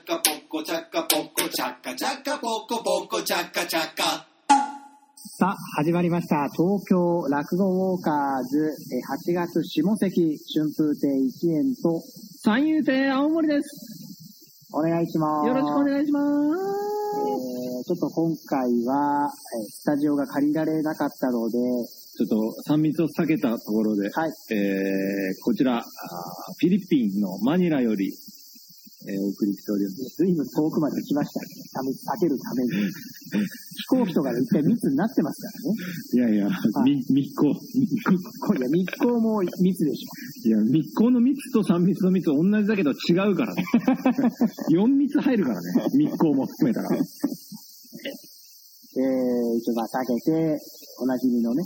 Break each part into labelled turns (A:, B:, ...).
A: チャカポコチャカチャカポコポコチャカチャカ
B: さあ、始まりました。東京落語ウォーカーズ、えー8月下関春風亭一円と、
C: 三遊亭青森です。
B: お願いします。
C: よろしくお
B: い
C: 願いしま
B: え
C: す。
B: ーちょっと今回は、えースタジオが借りられなかったので、
D: ちょっと3密を避けたところで、
B: はい。
D: えー、こちら、あーフィリピンのマニラより、えー、お送りしております。
B: ずいぶん遠くまで来ましたね。避けるために。飛行機とかで一回密になってますからね。
D: いやいや、み、密航、密航、
B: 今夜密航も密でしょ。
D: いや、密航の密と3密の密同じだけど違うか らね。4密入るからね、密航も含めたら。
B: えー、一応まあ避けて、おなじみのね、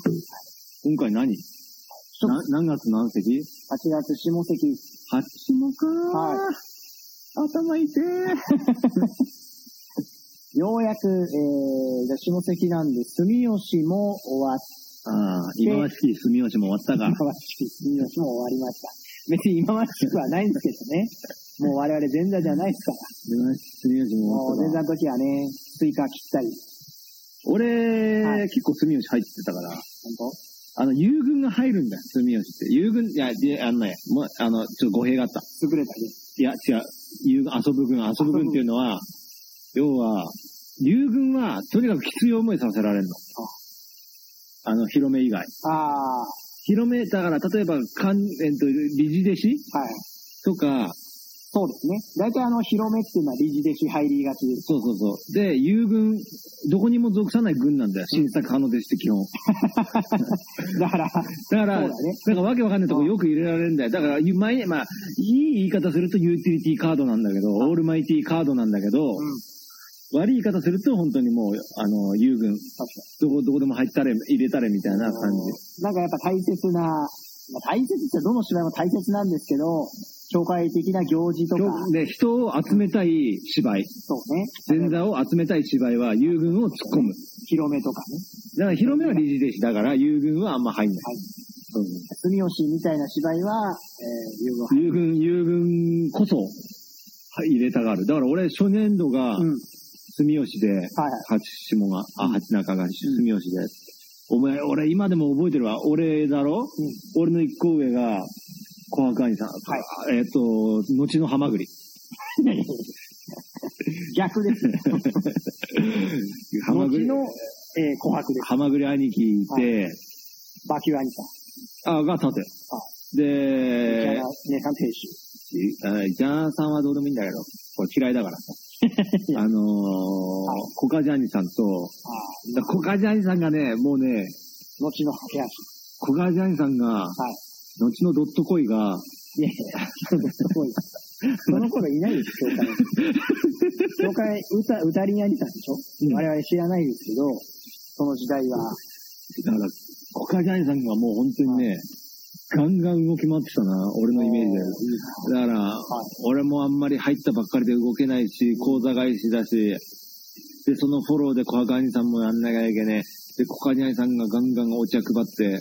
D: 今回何な何月何席
B: 8月下関
D: ?8 もかー、
B: はい
D: 頭痛え。
B: ようやく、えー、じゃあ下関なんで、住吉も終わっ
D: ああ、今ましき住吉も終わ ったが
B: 今、ましき住吉も終わりました。別に今ましくはないんですけどね。もう我々前座じゃないですから。
D: 今住吉も
B: もう
D: 終わ
B: 前座
D: ったが。
B: の時はね、スイカ切ったり、
D: 俺、
B: はい
D: 結構住吉入ってたから、
B: 本
D: あの、友軍が入るんだよ、住吉って。友軍、いや、であのね、もう、あの、ちょっと語弊があった。
B: 当優れたり。
D: いや、違う。遊軍、遊ぶ軍、遊ぶ軍っていうのは、要は、遊軍は、とにかくきつい思いさせられるの。あの、広め以外。
B: あ
D: 広め、だから、例えば、関、えっと、理事弟子
B: ー、はい。
D: とか、
B: そうですね。大体あの、広めっていうのは理事で支配りがちです。
D: そうそうそう。で、遊軍、どこにも属さない軍なんだよ。新作派の弟子って基本。
B: だから、
D: だから、
B: そうだね
D: なんかわけわかんないとこよく入れられるんだよ。だから、ゆ前、まあ、いい言い方するとユーティリティカードなんだけど、オールマイティカードなんだけど、
B: うん
D: 悪い言い方すると本当にもう、あの、遊軍、
B: 確か
D: どこ、どこでも入ったれ、入れたれみたいな感じ。
B: に。なんかやっぱ大切な、まあ、大切ってどの芝居も大切なんですけど、紹介的な行事とか、
D: で、人を集めたい芝居、
B: そうね。
D: 前座を集めたい芝居は遊軍を突っ込む。
B: 広めとかね。
D: だから、広めは理事弟子だから、遊軍はあんま入んない。
B: はい
D: そうそう
B: 住吉みたいな芝居は、えー、遊具入
D: 遊軍、遊軍こそ、はい入れたがる。だから俺、初年度が、
B: うん。
D: 住吉で、
B: はいはい。
D: 八下が、あ、八中が住吉で。お前、俺今でも覚えてるわ。俺だろ、
B: うん
D: 俺の一個上が、小白兄さん。
B: は
D: えっ、と、後のハマグリ。
B: 逆ですね。
D: ハマグ
B: 後
D: リ、
B: の、えー、琥珀です。
D: ハマグリ兄貴いて、
B: バキュアニさん。
D: あ、が盾。
B: え
D: で
B: ー、、姉さん亭主。
D: あジャーさんはどうでもいいんだけど、これ嫌 いだからさ。あのー、コカジャニさんと、
B: ああ、
D: だコカジャニさんがね、もうね、
B: 後の駆け
D: コカジャニさんが、
B: はい
D: 後のドットコイが、
B: 足。いやいや、すごい。その頃いないです、教会。教会、歌、歌りにありさんでしょ、
D: うん
B: 我々知らないですけど、その時代は。
D: だから、コカジャニさんがもう本当にね、ガンガン動き回ってたな、俺のイメージだよ。
B: いいな
D: だから、俺もあんまり入ったばっかりで動けないし、口座返しだし、で、そのフォローでコカジャニさんもやんなきゃいけねえ。で、コカジャニさんがガンガンお茶配って、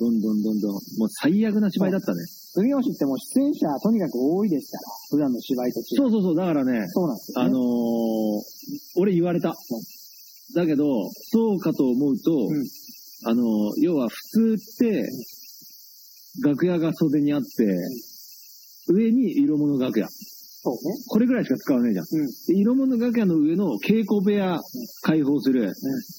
D: どんどんどんどん、もう最悪な芝居だったね。
B: 住吉ってもう出演者とにかく多いですから、普段の芝居と違う。
D: そうそうそう、だからね、
B: そうなんですよ、
D: あ
B: ね。
D: のー、俺言われた。だけど、そうかと思うと、
B: うん
D: あのー、要は普通って、楽屋が袖にあって、上に色物楽屋。
B: そうね。
D: これぐらいしか使わねえじゃん。
B: うん
D: で色物楽屋の上の稽古部屋開放する。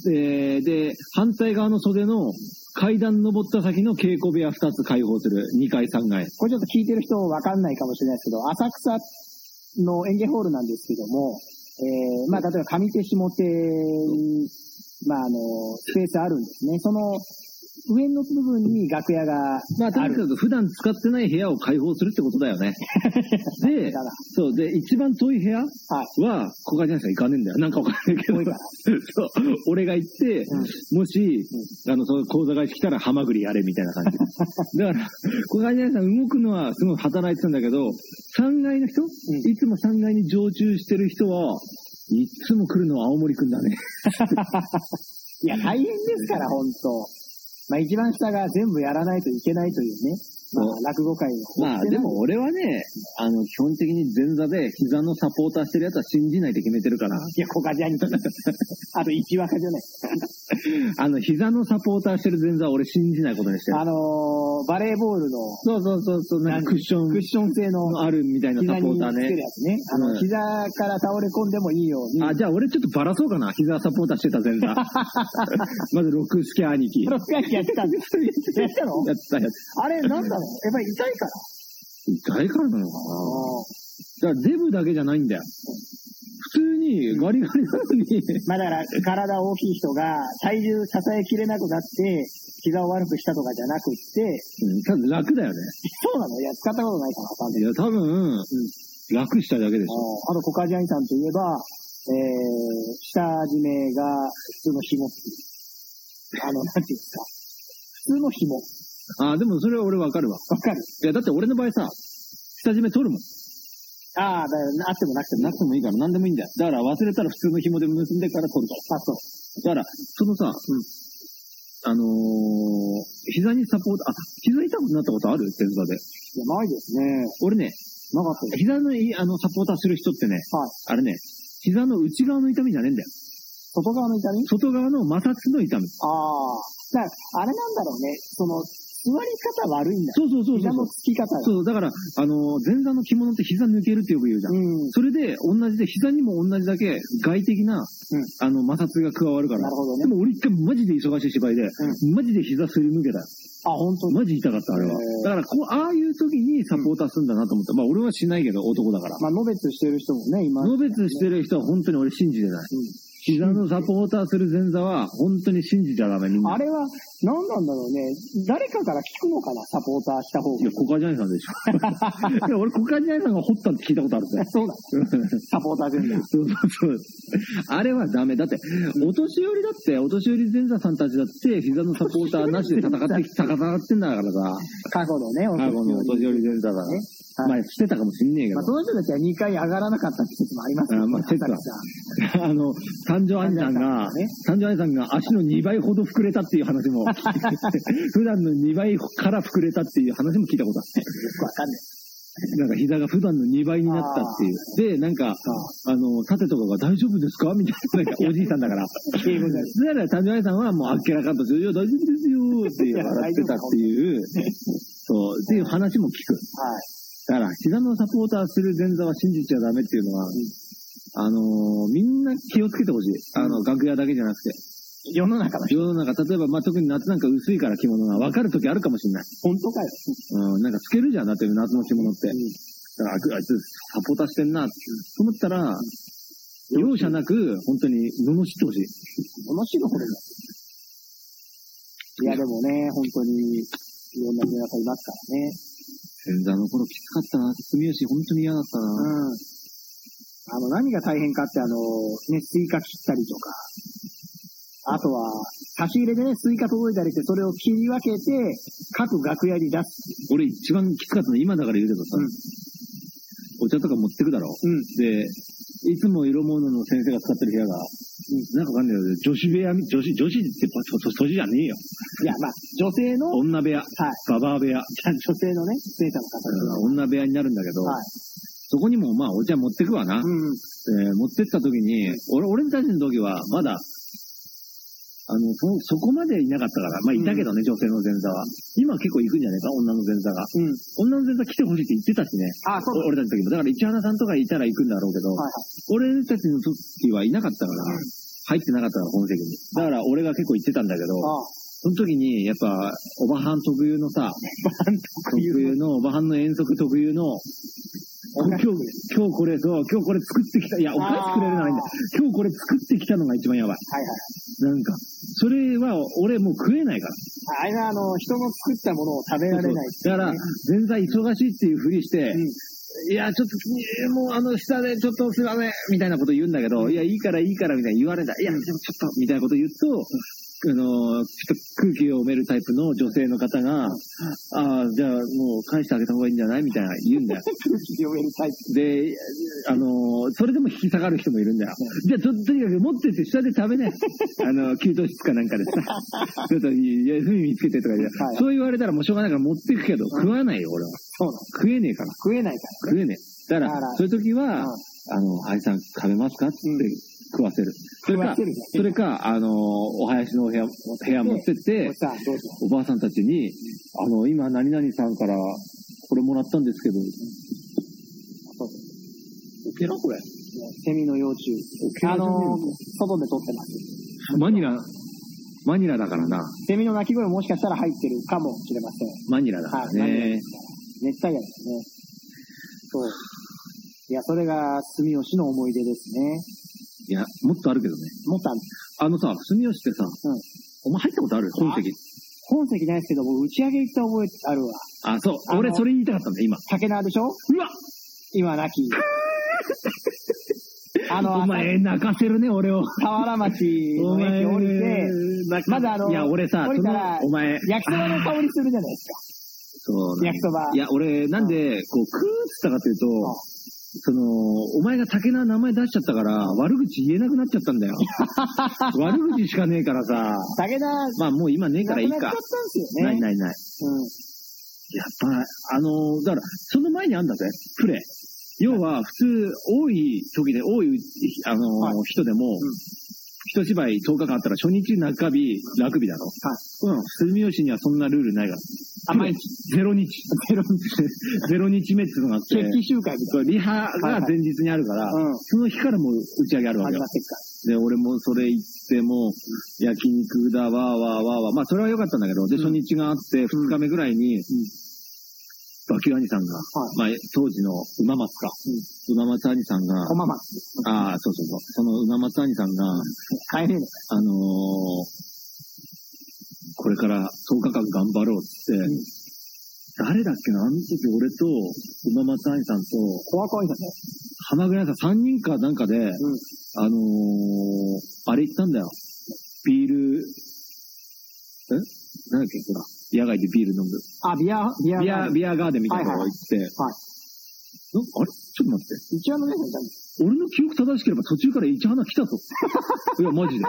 D: でで、反対側の袖の階段登った先の稽古部屋2つ開放する。2階3階。
B: これちょっと聞いてる人わかんないかもしれないですけど、浅草の演芸ホールなんですけども、えー、まあ、例えば上手下手に、まあ、あの、スペースあるんですね。その、上の部分に楽屋が
D: まあ、と
B: あ
D: にか
B: る。
D: く普段使ってない部屋を開放するってことだよ ね。で
B: だな、
D: そう、で、一番遠い部屋
B: はい。
D: は、ここじゃないですか、行かねえんだよ。なんかわかんないけど
B: 遠いから。
D: そう、俺が行って、もし、あの、その講座が来たら、ハマグリやれみたいな感じ。だから、小金井さん動くのはすごい働いてたんだけど、3階の人、いつも3階に常駐してる人は、いつも来るのは青森くんだね。
B: いや、大変ですから、本当まあ、一番下が全部やらないといけないというね。まあ、落語会を。
D: まあでも俺はね、あの、基本的に前座で膝のサポーターしてるやつは信じないって決めてるから、
B: いや、小梶兄貴。あと、一話かじ ゃない。
D: あの、膝のサポーターしてる前座は俺信じないことにしてる
B: あ。のー、バレーボールの
D: そうそうそう、そうなんかクッショ
B: クッ
D: ン
B: ション製の
D: あるみたいな
B: 膝
D: サポ
B: に
D: ーター
B: つける
D: ね
B: や。つね。あ
D: うん
B: の、膝から倒れ込んでもいいように。
D: あ、じゃあ俺ちょっとバラそうかな。膝サポーターしてた 前座。まず、六助兄貴。
B: プ
D: や
B: ロ野球やってたんです。やったの
D: ったやつ。
B: あれ、なんだろうやっぱり痛いから。
D: 誰からなのか
B: あ
D: なだからデブだけじゃないんだよ。普通にガリガリなのに、
B: まあだから、体大きい人が体重支えきれなくなって、膝を悪くしたとかじゃなくって、
D: ただ楽だよね。
B: そうなのいや、使ったことないからわかんない
D: いや、多分、楽しただけでし
B: あ
D: ょ。
B: のあと、コカジャニさんといえば、えー、下締めが普通の紐っていう。あの、なんていうんですか。普通の紐。
D: ああ、でもそれは俺わかるわ。
B: わかる
D: いや、だって俺の場合さ、下締め取るもん。
B: ああ、だから、あってもなくても
D: なくてもいいから何でもいいんだよ。だから忘れたら普通の紐で結んでから取るから。
B: あ、そう。
D: だから、そのさ、あのー、膝にサポート、あ、膝痛くなったことある前座で。
B: いや、ないですね。
D: 俺ね、
B: なかったです。
D: 膝のいあのサポーターする人ってね、
B: はい。
D: あれね、膝の内側の痛みじゃねえんだよ。
B: 外側の痛み
D: 外側の摩擦の痛み。
B: ああ。だから、あれなんだろうね。その、座り方悪いんだよ。
D: そうそうそうそ
B: 膝
D: うそ
B: の
D: う。
B: つき方が。
D: そう、だから、あのー、前座の着物って膝抜けるってよく言うじゃん。
B: うん。
D: それで、同じで、膝にも同じだけ、外的な、あの、摩擦が加わるから。
B: なるほど
D: で
B: ね。
D: も俺一回マジで忙しい芝居で、マジで膝すり抜けたよ。
B: あ、本当に。
D: マジ痛かった、あれは
B: へー。
D: だから、こう、ああいう時にサポーターするんだなと思った。まあ、俺はしないけど、男だから。
B: まあ、のべつしてる人もね、今。
D: ノベツしてる人は本当に俺信じてない。
B: うん
D: 膝のサポーターする前座は、本当に信じちゃダメ、みんな。
B: あれは、何なんだろうね。誰かから聞くのかな、サポーターした方
D: いや
B: が、。
D: コカジャニさんでし ょ。いや、俺、コカジャニさんが掘ったって聞いたことあるぜ。
B: そうだ。サポーター全部。
D: そうそうそう。あれはダメ。だって、お年寄りだって、お年寄り前座さんたちだって、膝のサポーターなしで戦ってき、戦ってんだからさ。
B: 過去のね、お
D: あこのお年寄り前座さ
B: ね
D: ん。まあ、してたかもしんねえけ
B: まあ、そ
D: ど。
B: の人たちは2回上がらなかった季節もありますけど
D: あまあ
B: 浅草
D: 説は あの、三条兄さんが、三条兄さんが足の2倍ほど膨れたっていう話も、 普段の2倍から膨れたっていう話も聞いたこと ある。
B: よくわかんない。
D: なんか膝が普段の2倍になったっていう。で、なんか、あの、縦とかが大丈夫ですかみたいな、なんかおじいさんだから。
B: 敬語じゃない。
D: だから、三条兄さんはもうあっけらかんと通常大丈夫ですよっていう笑ってたっていう、そう、っていう話も聞く。
B: はい。
D: だから、膝のサポーターする前座は信じちゃダメっていうのは、あのーみんな気をつけてほしい。あの、楽屋だけじゃなくて。
B: 世の中の人。
D: 世の中、例えば、まあ、特に夏なんか薄いから着物が分かる時あるかもしれない。
B: 本当かよ。
D: うん、なんか透けるじゃん、だって夏の着物って。
B: うん
D: だから、ああいつサポーターしてんな、と思ったら、容赦なく、本当に、罵ってほしい。
B: 面白いこれも。いや、でもね、本当に、いろんな皆さんいますからね。
D: 前座の頃きつかったな、住吉本当に嫌だったな。
B: うん。あの、何が大変かって、あの、ね、スイカ切ったりとか、あとは、差し入れでね、スイカ届いたりして、それを切り分けて、各楽屋に出す。
D: 俺一番きつかったの今だから言うけどさ、
B: うん
D: お茶とか持ってくだろ。
B: うん。
D: で、いつも色物の先生が使ってる部屋が、なんかわかんないけど、女子部屋み、女子、女子ってば、そ、そ、そじじゃねえよ。
B: いや、まあ、女性の、 はい。
D: 女部屋、ババア部屋、
B: 女性のね、生徒の方
D: うん
B: の。
D: 女部屋になるんだけど、
B: はい。
D: そこにもまあお茶持ってくわな。
B: うん。
D: えー持ってった時に、俺、俺たちの時は、まだ、あの、そ、そこまでいなかったから、まあいたけどね、女性の前座は。今結構行くんじゃねえか、女の前座が。
B: うん。
D: 女の前座来てほしいって言ってたしね。
B: あ、そうだ。
D: お俺たちの時も。だから、市原さんとかいたら行くんだろうけど、
B: はいはい。
D: 俺たちの時はいなかったから、入ってなかったから、この席に。だから、俺が結構行ってたんだけど、
B: ああ。
D: その時に、やっぱ、おばはん特有のさ、特
B: 有の
D: 有の、おばはんの遠足特有の、今日、今日これ、そう、今日これ作ってきた、いや、お菓子くれるのはいいんだ
B: あ。
D: 今日これ作ってきたのが一番やばい。
B: はいはい。
D: なんか、それは、俺もう食えないから。
B: あれが、あの、人の作ったものを食べられないってい
D: だ
B: う
D: か
B: ね、
D: ら、全然忙しいっていうふりして、
B: うん
D: いや、ちょっと、えーもうあの、下でちょっとすいません、みたいなこと言うんだけど、いや、いいからいいから、みたいな言われた。いや、でもちょっと、みたいなこと言うと、あの、ちょっと空気を読めるタイプの女性の方が、ああ、じゃあもう返してあげた方がいいんじゃないみたいな言うんだよ。
B: 読めるタイ
D: で、あの、それでも引き下がる人もいるんだよ。じゃあ、ととにかく持ってって下で食 べね。あの、給湯室かなんかでさ、ちょっと、いや、海見つけてとか言う
B: はい
D: そう言われたらもうしょうがないから持っていくけど、
B: うん
D: 食わないよ、俺は。
B: そうなの。
D: 食えねえから。
B: 食えないか
D: 食えねえ。だか
B: だから
D: ら、そういう時
B: ら。
D: は、
B: うん
D: あの、はいさん食べますかって食わせる。それ
B: 食わ
D: か
B: せるね、
D: それか、あの、お囃子のお部屋、お部屋持ってっ
B: こ
D: て
B: れ、さ、どうぞ。
D: おばあさんたちに、あの、今、何々さんから、これもらったんですけど、
B: オケラこれ。セミの幼虫。
D: ケラ
B: あ
D: じゃ
B: の
D: ねえのか
B: ー、外で撮ってます。
D: マニラ、マニラだからな。
B: セミの鳴き声もしかしたら入ってるかもしれません。
D: マニラだか
B: は
D: ら
B: い。何々で
D: ね。
B: すから熱帯夜ですね。そう。いや、それが住吉の思い出ですね。
D: いや、もっとあるけどね。
B: もっとある
D: あのさ、住吉ってさ、
B: ん
D: お前入ったことある本籍。
B: 本籍ないですけど、僕打ち上げ行った覚えあるわ。
D: あ、そう。
B: あの
D: 俺、それ言いたかったんだ、今。
B: 竹縄でしょ
D: うわ
B: 今な き。あの、
D: お前、泣かせるね、俺を。
B: 河原町の駅降りて、
D: 泣か
B: まだあの
D: いや、俺さ、
B: 降
D: そ
B: りたら
D: の、お前、
B: 焼きそばの香りするじゃないです
D: そうなんだ
B: 焼きそば
D: いや、俺、なんで、こう、クーっつったかというと
B: うん、
D: その、お前が竹の名前出しちゃったから、悪口言えなくなっちゃったん だよ。悪口しかねえからさ、
B: か。竹縄、
D: まあもう今ねえ
B: な
D: から
B: く
D: いい
B: なっちゃったん
D: か
B: で。すよ
D: な
B: ね。
D: いないない。
B: うん。
D: やっぱ、あの、だから、その前にあんだぜ、プレー。要は、普通、多い時で、多い、あの、
B: はい
D: 人でも、
B: うん
D: 一芝居10日間あったら、初日、中日、楽日だろ。うん。住吉にはそんなルールないが。
B: あ毎
D: 日。ゼロ日。ゼロ日。ゼロ日目っていうのがあって、
B: 決起集会みた
D: そうリハが前日にあるから、
B: いな。うん。
D: その日からもう打ち上げあるわけ
B: 始
D: よ
B: まっ。てっか
D: で、俺もそれ行っても、焼肉だ、わーわーわーわー。まあ、それは良かったんだけど、で、
B: うん
D: 初日があって、二日目ぐらいに、バキュアニさんが、
B: はい
D: まあ、当時の馬松か、馬松兄さんが
B: ら。お、まま。
D: ああ、そうそうそう、その馬松兄さんが、
B: 帰れる
D: あのーこれから10日間頑張ろうっつって、
B: ん
D: 誰だっけな、あの時俺と、馬松兄さんと、
B: 怖怖いんだね。
D: 浜倉さん3人かなんかで、
B: うん。
D: あのー、あれ行ったんだよ。ビール、えなんだっけほら、野外でビール飲む。
B: あ、ビア、ビア
D: ビア、
B: ガーデン。
D: ビアガーデンみたいなとこ行って。はい
B: はい
D: なんかあれちょっと待って。
B: 一応のね、ちゃんと
D: 俺の記憶正しければ途中から市花来たぞ。いや、マジで。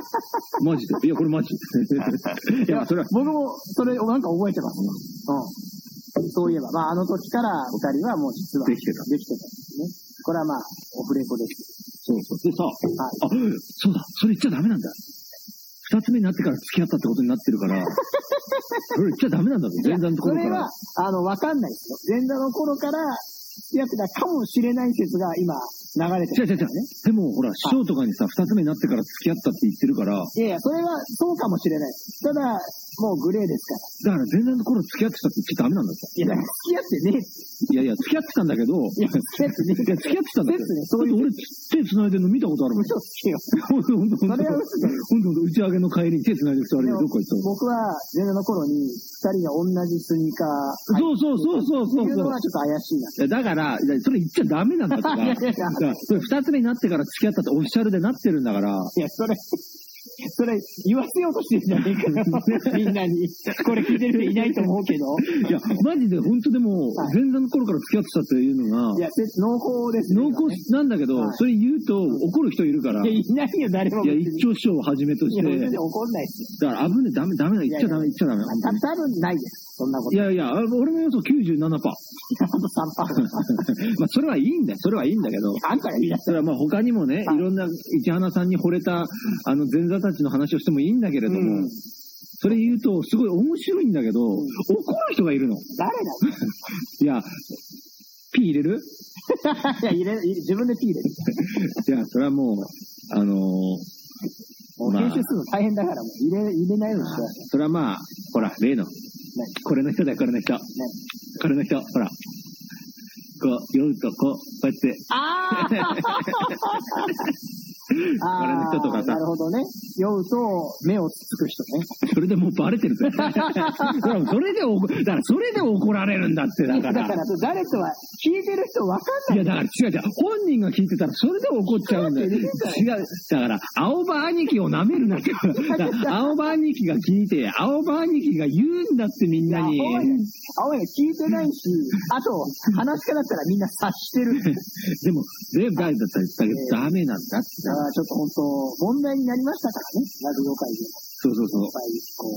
D: マジで。いや、これ マジ。いや、それは、
B: 僕も、それ、なんか覚えてます。うん。そういえば、まあ、あの時から、お二人はもう実は、
D: できてた。
B: できてたんですね。これはまあ、オフレコです。
D: そうそう。でさ、
B: はい。
D: あ、そうだ、それ言っちゃダメなんだ。二つ目になってから付き合ったってことになってる から、それ言っちゃダメなんだぞ、前座のところか
B: それ
D: ら
B: は。、あの、わかんないですよ。前座の頃から、やってたかもしれない説が今、流れて
D: 違う
B: る。
D: 違う違う。でもほら、師匠とかにさ、二つ目になってから付き合ったって言ってるから、だ
B: いやいや、それは、そうかもしれないです。ただ、もうグレーですから。
D: から前段の頃付き合ってたって言っちゃダメなんだって。
B: いや、だから付き合ってね
D: いやいや、付き合ってたんだけど、
B: え。いや、付き合ってねえ。
D: いや、付き合ってたんだけど
B: 説ね、そういう
D: だって俺、手繋いでるの見たことあるもん。
B: 嘘つけよ。
D: ほんとほんとほん
B: そ
D: と。
B: れは嘘だよ
D: ほんとほんと、打ち上げの帰りに手繋いで二人でどっか行ったの。
B: 僕は、前座の頃に、二人が同じスニーカー、
D: そうそうそうそ
B: って
D: うそう
B: いう
D: そ
B: の
D: う。
B: はちょっと怪しいな。
D: いやだから、いやそれ言っちゃダメなんだとか。
B: いやいやいや
D: だからそれ二つ目になってから付き合ったってオフィシャルでなってるんだから。
B: いや、それ、それ、言わせようとしてるんじゃねえかよ。みんなに。これ聞いてる人いないと思うけど。
D: いや、マジで本当でも
B: は、い
D: 前座の頃から付き合ってたっていうのが
B: い、や、せ濃厚ですね。
D: 濃厚なんだけど、
B: はい
D: それ言うと怒る人いるから、
B: いや、
D: い
B: いないよ、誰も
D: や、
B: 別に。
D: 一丁師匠をはじめとして、
B: いや別に
D: だ
B: 怒んないです
D: から危ねえ、ダメ、ダメだ、言っちゃダメ、言っちゃダメ、
B: よ。
D: 本当
B: た
D: に。
B: 多分ないです。そんなこと。
D: いやいや、俺の予想97%。ま
B: あと3パ
D: あ、それはいいんだよ、それはいいんだけど、
B: あんたが言い出し
D: それはまあ他にもね、い
B: はい
D: ろんな市花さんに惚れた、あの、前座たちの話をしてもいいんだけれ
B: た。
D: ども、
B: うん
D: それ言うと、すごい面白いんだけど、怒る人がいるの。
B: 誰
D: いや、P 入れる
B: だいや、入れ、入れ自分で P 入れる。
D: いや、それはもう、あのー
B: もう
D: まあ
B: 編集するの大変だから、もう入れ、入れないようにしてくださ
D: それはまあ、ほら、例の、これの人だよ、これの人。これの人、ほら。 こう、酔うと、こう、こうやって。
B: い。あああ
D: 我々の人とか
B: あ、
D: さ
B: なるほどね。酔うと、目をつつく人ね。
D: それでもうバレてるぜ。 だからそれで怒、だからそれで怒られるんだって、だ
B: だ
D: か。
B: からら、誰とは、聞いてる人わかんないい。
D: や、だから違う違う。本人が聞いてたら、それで怒っちゃうんだよ。違う。だから、青葉兄貴を舐める なって。だから青葉兄貴が聞いて、青葉兄貴が言うんだってみんな
B: 青い
D: に。
B: 青いの聞いてない し、あと、話からだったらみんな察してる。
D: でも、全部ガイだったら言ったけど、ダメなんだって。
B: だからちょっと本当、問題になりましたからね、ラジオ界で。
D: そうそうそう
B: やっ。ぱり、こう、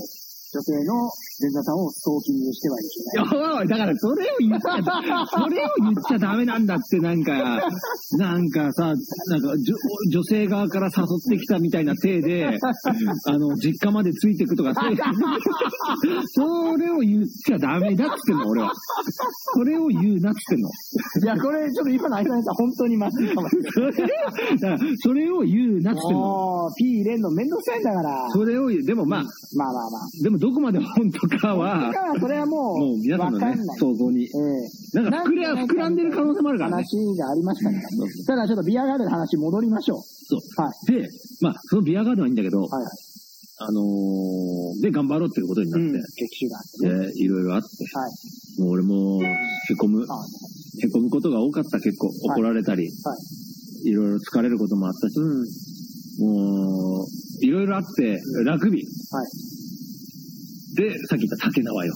B: 女性の前座さんをストーキングしてはい
D: い
B: け
D: や
B: ない。
D: おいおいだからそれを言っちゃ、それを言っちゃダメなんだって、なんか、なんかさ、なんかじょ女性側から誘ってきたみたいな体で、あの、実家までついてくとか、そういう それを言っちゃダメだっつってんの、俺は。それを言うなっつってんの。
B: いや、これ、ちょっと今の相沢さん、本当にまずいかもしれない。
D: それはだからそれを言うなっつってんの。
B: もう、P 入れんのめんどくさいんだから。
D: それを言う、でもまあ、
B: まあまあまあ。
D: でもどこまで本当かは
B: だか、ら、それはも
D: もう
B: う、
D: 皆
B: わか
D: さん
B: ん
D: の
B: ない
D: ね。、想像に。
B: ええ
D: なんか膨ら膨らんでる可能性もあるからね。
B: 話がありましたからね
D: そうそ。
B: ただちょっとビアガーデンの話戻りましょう。
D: そう。
B: はい。
D: で、まあ、そのビアガードはいいんだけど、
B: はいはい。
D: あのーで、頑張ろうっていうことにな
B: うん。
D: っ
B: 劇中があって
D: て、
B: ね。
D: で、いろいろあって、
B: はい。
D: もう俺も、へこむ、へ
B: あはい。
D: こむことが多かった、結構。
B: はい
D: 怒られたり、いろいろ疲れることもあったし、
B: うん。はい。
D: もう、いろいろあって、ラグビー。
B: はい。
D: で、さっき言った竹縄よ。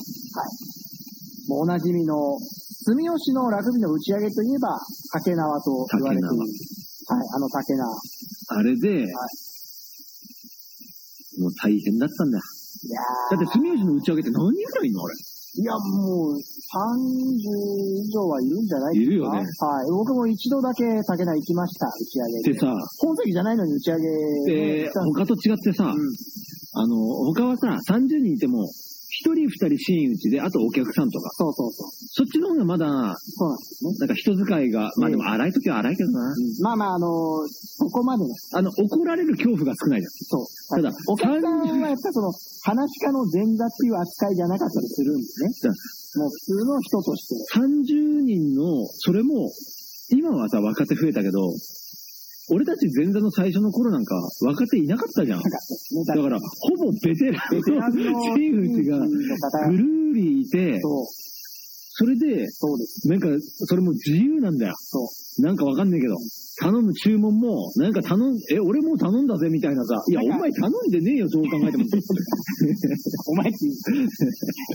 B: もうおなじみの、住吉のラグビーの打ち上げといえば、竹縄と言われている。
D: 竹縄
B: はい、あの竹縄。
D: あれで、もう大変だったんだ。
B: いや
D: だ
B: ー
D: って住吉の打ち上げって何人くらいいんのあれ。
B: いや、もう、30以上はいるんじゃないですか
D: いるよね
B: はい。僕も一度だけ竹縄行きました、打ち上げ
D: で
B: で。
D: さ、
B: 本席じゃないのに打ち上げ
D: で
B: 行っ、たんです
D: 他と違ってさ、
B: うん
D: あの、他はさ、30人いても、1人2人シーン打ちで、あとお客さんとか。
B: そうそうそう。
D: そっちの方がまだ、な
B: そうなんですね。
D: んか人使いが、まあでも荒い時は荒いけどな。
B: まあまあ、あのー、そこまでの、
D: あの、怒られる恐怖が少ないじゃん。
B: そう。
D: ただ
B: お客さんは
D: 30
B: やっぱりその、話し家の前座っていう扱いじゃなかったりするんですね。
D: だか
B: もう普通の人として。
D: 30人の、それも、今はさ、若手増えたけど、俺たち前座の最初の頃なんか、若手いなかったじゃん。
B: な
D: だ
B: かったですね。だ
D: から、ほぼベテラ
B: ベテランの
D: ン のチーム打ちが、ぐるーりいて、
B: そう、
D: それで、
B: そうです。
D: なんか、それも自由なんだよ。
B: そう。
D: なんかわかんないけど、頼む注文も、なんか頼ん、え、俺もう頼んだぜみたいなさ、いや、お
B: なんか
D: 前頼んでねえよ、そう考 えても。
B: お前って言う。 い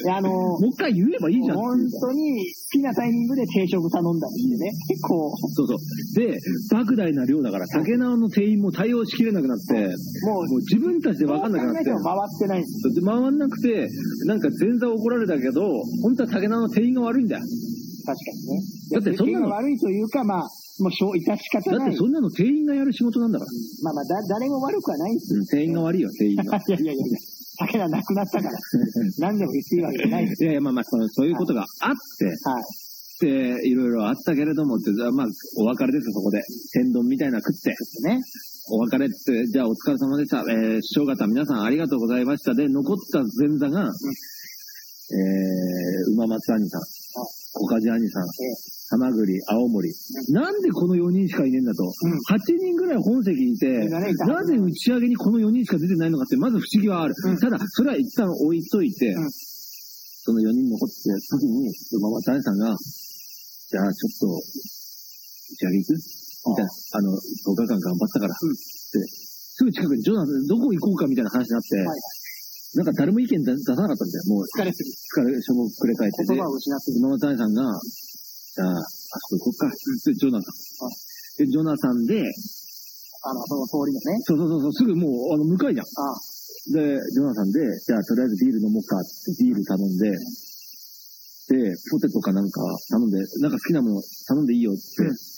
B: や、あのー、
D: もう一回言えばいいじゃんって
B: 本
D: いうさ。
B: 当に好きなタイミングで定食頼んだりしてね。結構、も
D: そうそう。で、莫大な量だから、竹縄の店員も対応しきれなくなって、
B: う、
D: もう自分たちでわかんなく
B: どう考
D: な
B: え
D: って
B: て。も回ってないんです
D: で回んなくて、なんか前座怒られたけど、本当は竹縄の店員が悪いんだよ。
B: 確かにね。
D: だってそんなの
B: 出来が悪いというか、まあ、もう、しょう、致し方
D: だ
B: な
D: っ
B: い。
D: てそんなの店員がやる仕事なんだから。
B: まあまあ、だ、誰も悪くはないんですよ。
D: 店員が悪いよ、店員
B: い
D: が。
B: やいやいやいや、酒がなくなった から、何でも言っていいわけじゃないです。
D: いやいや、まあまあ、そのそういうことがあって、
B: はい。
D: って、いろいろあったけれどもって、じゃあまあ、お別れですよ、そこで。天丼みたいなの食って。
B: ね。
D: お別れって、じゃあお疲れ様でした。えー、師匠方皆さんありがとうございました。で、残った前座が、えー、馬松兄さん、小梶兄さん、ハマグリ、青森。なんでこの4人しかいねえんだと。
B: うん
D: 8人ぐらい本席にいて、
B: んなねいた
D: なぜ打ち上げにこの4人しか出てないのかって、まず不思議はある。
B: うん
D: ただ、それは一旦置いといて、
B: うん
D: その4人残ってる時に、馬場谷さんが、じゃあちょっと、打ち上げ行くみたいな。あの、10日間頑張ったから。
B: うん
D: で、すぐ近くに、ジョナサン、どこ行こうかみたいな話になって、
B: はい
D: なんか誰も意見出出さなかったんだよ。もう、
B: 疲れすぎ。
D: 疲れ、消防くれ替えてて。
B: 言葉を失ってる。
D: 今ま谷さんが、じゃあ、あそこ行こうか。で、ジョナサ
B: は
D: ン。で、ジョナサンで、
B: あの、その通りのね。
D: そうそうそうそう、すぐもう、あの、向かいじゃん。
B: ああ
D: で、ジョナサンで、じゃあ、とりあえずビール飲もうかって、ビール頼んで、で、ポテトかなんか頼んで、なんか好きなもの頼んでいいよって、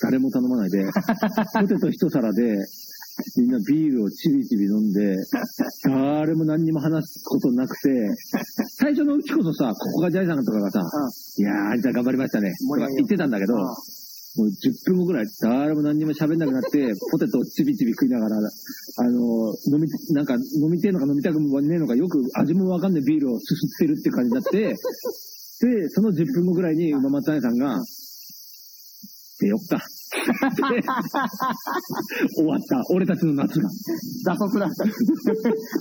D: 誰も頼まないで、 ポテト一皿で、みんなビールをちびちび飲んで、誰も何にも話すことな くて、最初のうちこそさ、ここがジャイさんとかがさ、いやー、じゃあ頑張りましたね、と
B: 盛り上げ
D: か
B: よう
D: 言ってたんだけど、
B: ああ
D: もう10分後ぐらい、誰も何にも喋んなくなって、ポテトをちびちび食いながら、あの、飲み、なんか飲みてえのか飲みたくもねえのか、よく味もわかんないビールをすすってるって感じになって、で、その10分後ぐらいに馬松谷さんが、出よっか。で終わった。俺たちの夏が。
B: 打足だった。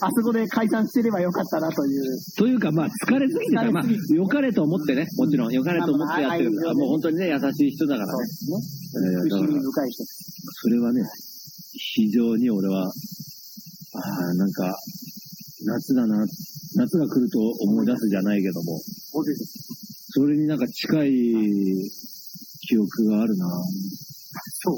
B: あそこで解散してればよかったなという。
D: というか、まあ、疲れすぎてた。まあ
B: 疲れ、
D: 良かれと思ってね。もちろん、良かれと思ってやってる
B: まあまあ。
D: あもう本当にね、優しい人だからね。
B: そうですね。
D: いやいやだから
B: 苦しみ深い人。
D: それはね、非常に俺は、ああ、なんか、夏だな、夏が来ると思い出すじゃないけども、
B: そうです。
D: それになんか近い記憶があるな。
B: そう。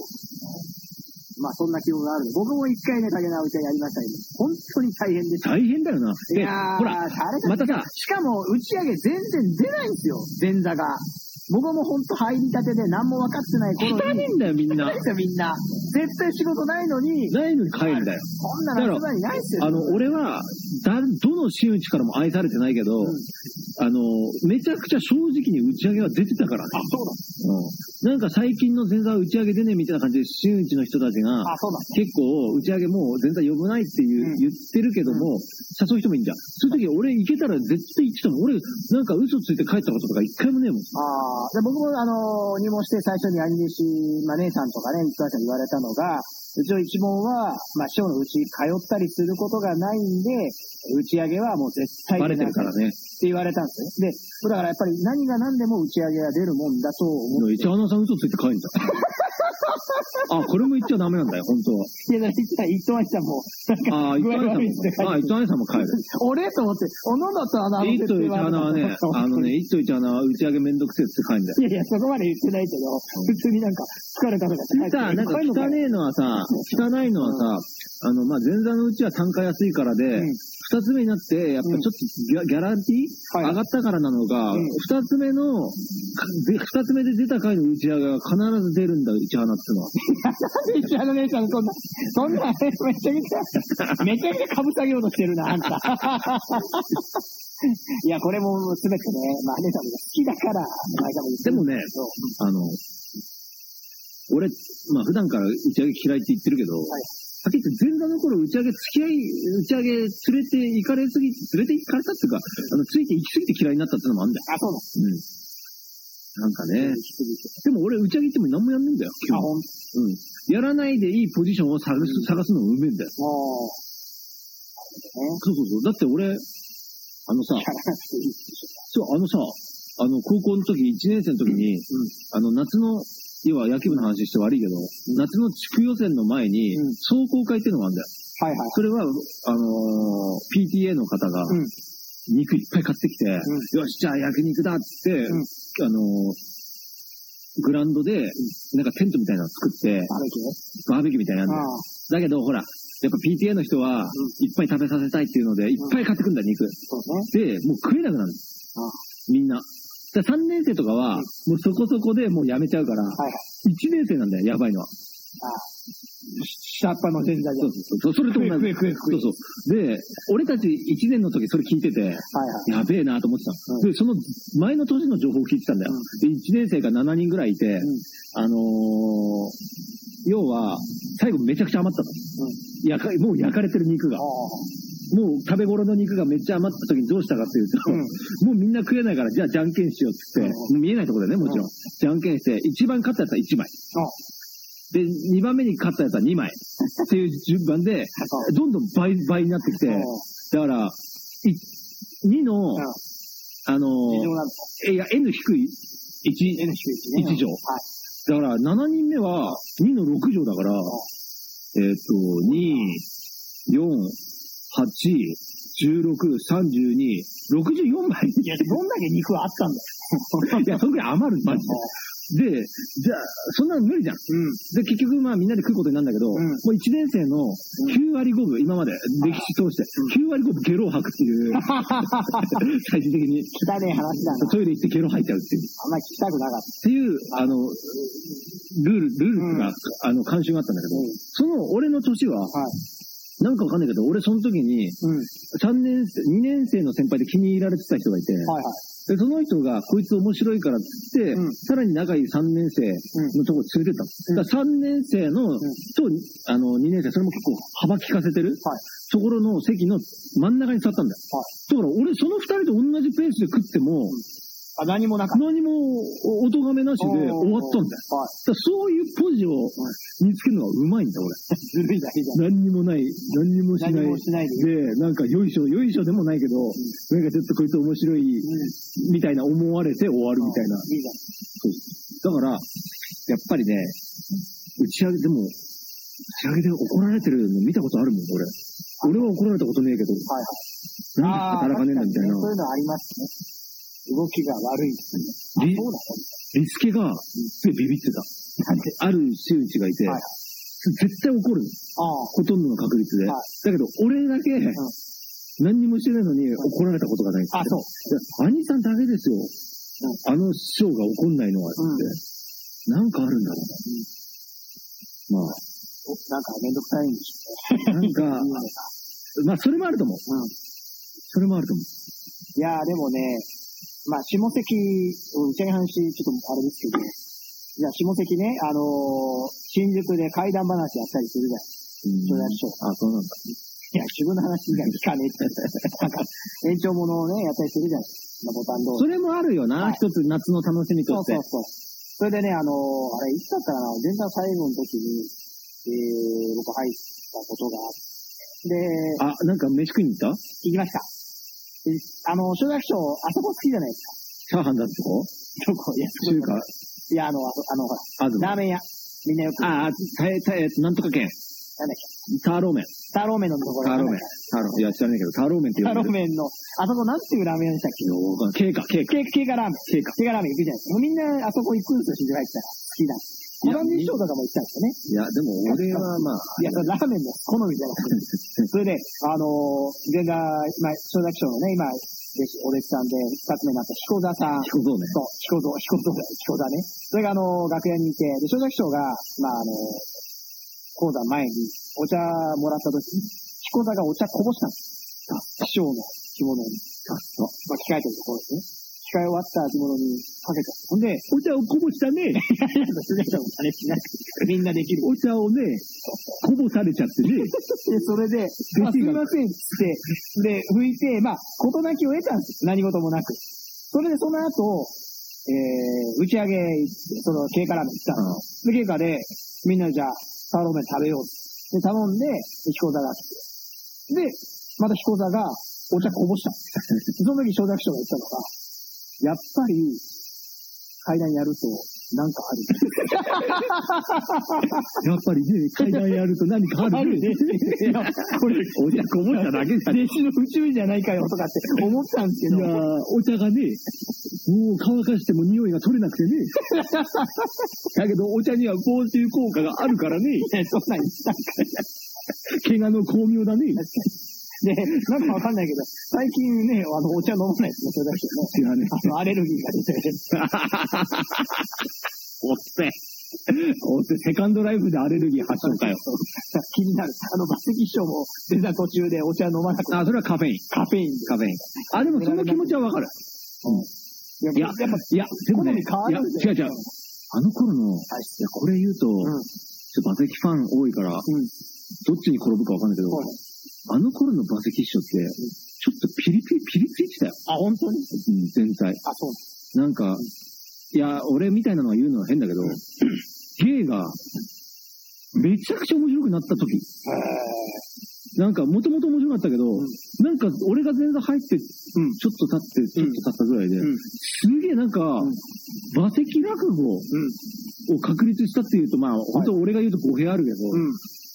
B: まあ、そんな記憶がある。僕も一回ね、竹直ちゃんやりましたけど、本当に大変でした。
D: 大変だよな。
B: い
D: で、
B: やー、
D: ほら、
B: あれ
D: またさ、
B: しかも、打ち上げ全然出ないんですよ、前座が。僕も本当入りたてで何も分かってない
D: 汚
B: 頃に。
D: いんだよ、みんな
B: ない。ですよ、みんな。絶対仕事ないのに、
D: ないのに帰るんだよ。
B: こんな夏場にないですよ。
D: あの、俺は、だ、どの真打ちからも愛されてないけど、
B: うん
D: あの、めちゃくちゃ正直に打ち上げは出てたからね。うん。なんか最近の前座は打ち上げ出ねえみたいな感じで、真打ちの人たちが、
B: あ、そうだ。
D: 結構、打ち上げもう全体呼ぶないってい
B: う
D: う、
B: ん
D: 言ってるけども、誘う人もいいんじゃん。そういう時、俺行けたら絶対行ってたもん。俺、なんか嘘ついて帰ったこととか一回もねえもん。
B: ああ、で僕もあの、入門して最初にアニメシ、まあ、姉さんとかね、一般者に言われたのが、うちの一門は、まあ、師匠のうちに通ったりすることがないんで、打ち上げはもう絶対
D: バレ
B: 出
D: て
B: なさいっ
D: るからね。
B: て言われたんですね。で、だからやっぱり何が何でも打ち上げは出るもんだと思って。
D: 一応、アナさん嘘ついて帰んじ ゃん。あ、これも言っちゃダメなんだよ、本当は。
B: いや、だって言ってましたもん。
D: ああ、伊
B: 具
D: 藤
B: 合
D: 姉さん
B: 悪いって書いて
D: も、
B: ある
D: ああ、伊藤姉さん も帰る。
B: 俺と思って、おののとあの、あの
D: 一
B: 設
D: 頭
B: 定
D: 一穴はね、あの ね、一頭一穴は打ち上げめんどくせえって帰んだよ。
B: いやいや、そこまで言ってないけど、普通になんか、疲れたとか書いて
D: さ
B: あ
D: あ、
B: る
D: なんか汚 ねえのはさ、汚いのはさ、あの、まあ、前座のうちは単価安いからで、
B: うん
D: 二つ目になって、やっぱちょっとギャギャランティー
B: はい
D: 上がったからなのが
B: うん、
D: 二つ目の、で二つ目で出た回の打ち上げは必ず出るんだよ、一穴っての は。
B: なんで石原姉さんそんな、そんな、めちゃめちゃ、めちゃめちゃ株下げようとしてるな、あん た。いや、これもすべてね、まあ姉さんが好きだから、前から言って
D: でも
B: る
D: ね
B: け、ど、
D: あの、俺、まあ、普段から打ち上げ嫌いって言ってるけど、
B: い
D: はっきり言って前座の頃打ち上げ付き合い、打ち上げ連れて行かれすぎ、連れて行かれたっていうか、あの、ついて行きすぎて嫌いになったってのもあるんだよ。
B: あ、そうだ。
D: うん。なんかね、
B: 行き過ぎて
D: でも俺打ち上げ行っても何もやんねえんだよ。基
B: あ、
D: 本
B: ほん
D: うん。やらないでいいポジションを探す、探すのがうめえんだよ。
B: も
D: そうそうそう。だって俺、あのさ
B: う、、
D: そう、あのさ、あの、高校の時、1年生の時に、あの、夏の、要は野球部の話して悪いけど、夏の地区予選の前に
B: うん、
D: 壮行会っていうのがあるんだよ。
B: はいはい。
D: それは、あのー PTA の方が
B: うん、
D: 肉いっぱい買ってきて、
B: ん
D: よし、じゃあ焼肉だっつって、
B: ん
D: あのーグラウンドで、なんかテントみたいなの作って、
B: バーベキュ
D: バーベキューみたいなのやんだ
B: ー
D: よ
B: ああ。
D: だけど、ほら、やっぱ PTA の人は、いっぱい食べさせたいっていうので、いっぱい買ってくんだ、肉。
B: そうね。
D: で、もう食えなくなるんです
B: ああ。
D: みんな。だ3年生とかは、もうそこそこでもうやめちゃうから、
B: はいはい。
D: 1年生なんだよ、やばいのは。
B: 下っ端の前座じゃ
D: そ
B: ん
D: う。そうそう。それと同じ。
B: 食え食え食え食え
D: そうそう。で、俺たち1年の時それ聞いてて、
B: はいはい。
D: やべえなと思ってたの、で、その前の年の情報を聞いてたんだよ。で、1年生が7人ぐらいいて、
B: ん
D: あのー、要は、最後めちゃくちゃ余ったの。焼かもう焼かれてる肉が
B: あ。あ。
D: もう食べ頃の肉がめっちゃ余った時にどうしたかっていうと、もうみんな食えないから、じゃあじゃんけんしようっつって、
B: う
D: 見えないところでね、もちろん。じゃんけんして、一番勝ったやつは1枚。で、2番目に勝ったやつは2枚。っていう順番で、どんどん倍、倍になってきて、
B: うん
D: だから、2の、
B: ん
D: あの
B: 異常なんだ。
D: ー、いや、N 低い
B: N
D: 1、
B: 低いね。
D: 一条
B: はい。
D: だから7人目は2の6乗だから、えっと、2、4、8、16、32、64枚。
B: いや、どんだけ肉はあったんだよ。
D: いや、そのぐらい余る、マジで。で、じゃあ、そんなの無理じゃん。
B: うん。
D: で、結局、まあ、みんなで食うことになるんだけど、
B: うん
D: もう1年生の9割5分、今まで、歴史通して、9割5分ゲロを吐くって いう、最終的に、
B: 汚ねえ話だな。
D: トイレ行ってゲロ吐いちゃうっていう、っ
B: あんまり聞きたくなかった。
D: ていう、あの、ルール、ルールが、
B: うん
D: あの、慣習があったんだけど、
B: うん
D: その、俺の年は、
B: はい。
D: なんかわかんないけど、俺その時に、
B: うん。
D: 3年生、2年生の先輩で気に入られてた人がいて、
B: はいはい。
D: で、その人が、こいつ面白いからっつって、
B: うん
D: さらに仲いい3年生のとこ連れてったの。だから3年生の、と、あの、2年生、それも結構幅利かせてる、
B: はい
D: ところの席の真ん中に座ったんだよ。
B: はい
D: だから、俺、その2人と同じペースで食っても、
B: あ、何もなかった。
D: 何もお咎めなしで終わったんだよ。
B: はい。
D: だからそういうポジを見つけるのがうまいんだ、
B: ずるいだけじゃん。
D: 俺。何にもない、何にもしない。
B: 何もしないで。
D: で、なんか、よいしょ、よいしょでもないけど、なんかちょっとこいつ面白い、みたいな思われて終わるみたいな。
B: いいじ
D: だから、やっぱりね、打ち上げ、でも、打ち上げで怒られてるの見たことあるもん、俺。俺は怒られたことねえけど、
B: ゃん。はいは
D: なん
B: い。
D: で働かねえんだみた
B: そうい
D: いな。
B: うのありますね。動きが悪いですね。あ、
D: リ
B: そうだ
D: リスケが、すげえビビってた。ある周知がいて
B: はいはい、
D: 絶対怒るの。
B: ああ。
D: ほとんどの確率で。
B: はい
D: だけど、俺だけ、何にもしてないのに怒られたことがない。
B: あ、そう。
D: いや兄さんだけですよ。あの師匠が怒んないのはって。なんかあるんだろうな。まあ、
B: おなんかめんどくさいんでし
D: なんか、
B: ょ。うん
D: まあ、それもあると思う。
B: うん
D: それもあると思
B: いやーでもね、まあ、下関、うん、打ち上げ話、ちょっとあれですけど、じゃあ下関ね、あのー新宿で怪談話やったりするじゃん。
D: う。うん
B: そりゃそう。
D: あ、そうなんだ。
B: いや、自分の話じゃ聞かねえって。なんか、延長ものをね、やったりするじゃん。まあ、ボタン
D: そ
B: 通り。
D: れもあるよな、
B: はい
D: 一つ夏の楽しみと
B: そう
D: して。
B: そうそう。それでね、あのーあれ、いつだったかな、前座最後の時に、えー、僕入ったことがあって、で、
D: あ、なんか飯食いに行った
B: 行きました。であの、小学生、あそこ好きじゃないです
D: チャーハンだってこ
B: か。どこいや、そ
D: 中
B: こ
D: 華
B: いや、あの、あそあの、ほら。
D: あず
B: ラーメン屋。みんなよく、なんだ
D: あ、あ、たえ、たえ、なんとか県。
B: っけ、
D: ターローメン。
B: スターローメンのところ。
D: ターローメン。ターローメン。いや、知らないけど、ターローメンって
B: タ
D: 言
B: ーロ
D: われ
B: ー
D: てる。
B: メンの、あそこなんていうラーメン屋でしたっけ
D: いやわかんない経過、経過。
B: ケケーカラーメン。ケーカ。ラーメン行くじゃないですか。もうみんなあそこ行くんですよ、新宿入ったら。好きなんで。
D: いや
B: 小林師匠とかも行ったんですよね。
D: いや、でも俺はまあ、
B: いや、それラーメンの好みじゃなくて。それで、あのー、前座、まあ、小学生のね、今、弟子お弟子さんで二つ目になった彦座さん。
D: 聞くぞね。
B: そう、彦蔵、彦蔵だよ、彦蔵ね。それが、あの、楽屋にいて、で、小学師匠が、まあ、あの、講座前にお茶もらった時に、彦座がお茶こぼしたんですよ。師匠の着物に。まあ、着替えてるところですね。着替え終わった着物にかけて。ほんで、
D: お茶をこぼしたね。
B: いやいや小学師匠も真似しなくて、みんなできる。
D: お茶をね、こぼされちゃってね。
B: で、それで、あすいませんっつって、で、拭いて、まあ、事なきを得たんですよ。何事もなく。それで、その後、えー、打ち上げ、その、経過ラーメン行ったんですよ。で、経過で、みんなじゃあ、ターローメン食べようって。で、頼んで、彦座が来て。で、また彦座が、お茶こぼ したんですよ。その時、小学長が言ったのが、やっぱり、階段やると、なんかある。
D: やっぱりね、階段やると何かあるね。
B: これ、
D: お茶こぼしただけじゃね。
B: 弟子の宇宙じゃないかよ、とかって思ったんですけ
D: い
B: ど。
D: やーお茶がね、もう乾かしても匂いが取れなくてね。だけど、お茶には防虫効果があるからね。
B: いや そんなん言ったんかい
D: 怪我の巧妙だね。
B: で、なんかわかんないけど、最近ね、あの、お茶飲まないですね、それだけね。
D: 違うね。
B: あの、アレルギーが出てる。
D: おって。おって、セカンドライフでアレルギー発症かよ。
B: 気になる。あの、馬石師匠も、全然途中でお茶飲まなくて、
D: あ、それはカフェイン。
B: カフェイン
D: カフェイン。あ、でもその気持ちはわかる。
B: で。
D: いや、
B: やっぱ、
D: いや、でもね、
B: 好み変わ
D: い
B: る
D: や
B: んだ
D: 違う
B: よ
D: 違う。あの頃の、いや、これ言うと、
B: うん
D: ちょっと馬石ファン多いから、どっちに転ぶかわかんないけど、
B: そうね
D: あの頃の馬石師匠って、ちょっとピリピリ、ピリついてたよ。
B: あ、本当に
D: うん、全体。
B: あ、そう
D: なんか、いや、俺みたいなのは言うのは変だけど、芸が、めちゃくちゃ面白くなった時。なんか、もともと面白かったけど、なんか、俺が全然入って、ちょっと経って、ちょっと経ったぐらいで、
B: うん
D: すげえなんか、馬石落語を確立したっていうと、まあ、本当俺が言うと語弊あるけど、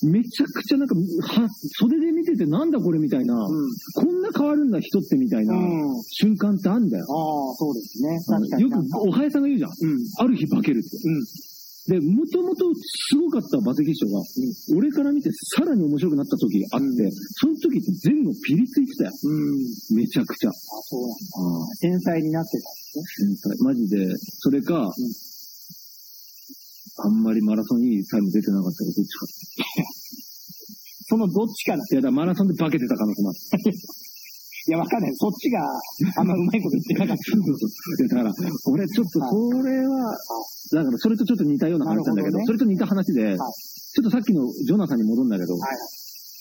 B: うん。
D: めちゃくちゃなんか、は袖で見ててなんだこれみたいな、
B: うん。
D: こんな変わるんだ人ってみたいな
B: うん。
D: 瞬間ってあんだよ。
B: ああ、そうですね。確かに。
D: よく、おはやさんが言うじゃん。
B: うん。
D: ある日化けるって。
B: うん。
D: で、もともとすごかった馬石師匠が、俺から見てさらに面白くなった時があって、
B: うん
D: その時って全部ピリついてたよ。
B: うん。
D: めちゃくちゃ。
B: あ、そうなんだ。繊細になって
D: 天才マジで、それか、あんまりマラソンいいタイム出てなかったけど、どっちか。
B: た。そのどっちかな。
D: いや、だからマラソンで化けてた可能性もある。
B: いや、わかんない。そっちが、あんまうまいこと言ってなかっ
D: そうそうそう。だから、俺ちょっと、これは、だからそれとちょっと似たような話なんだけど、
B: なるほどね
D: それと似た話で、
B: い
D: ちょっとさっきのジョナさんに戻るんだけど、
B: た。はい。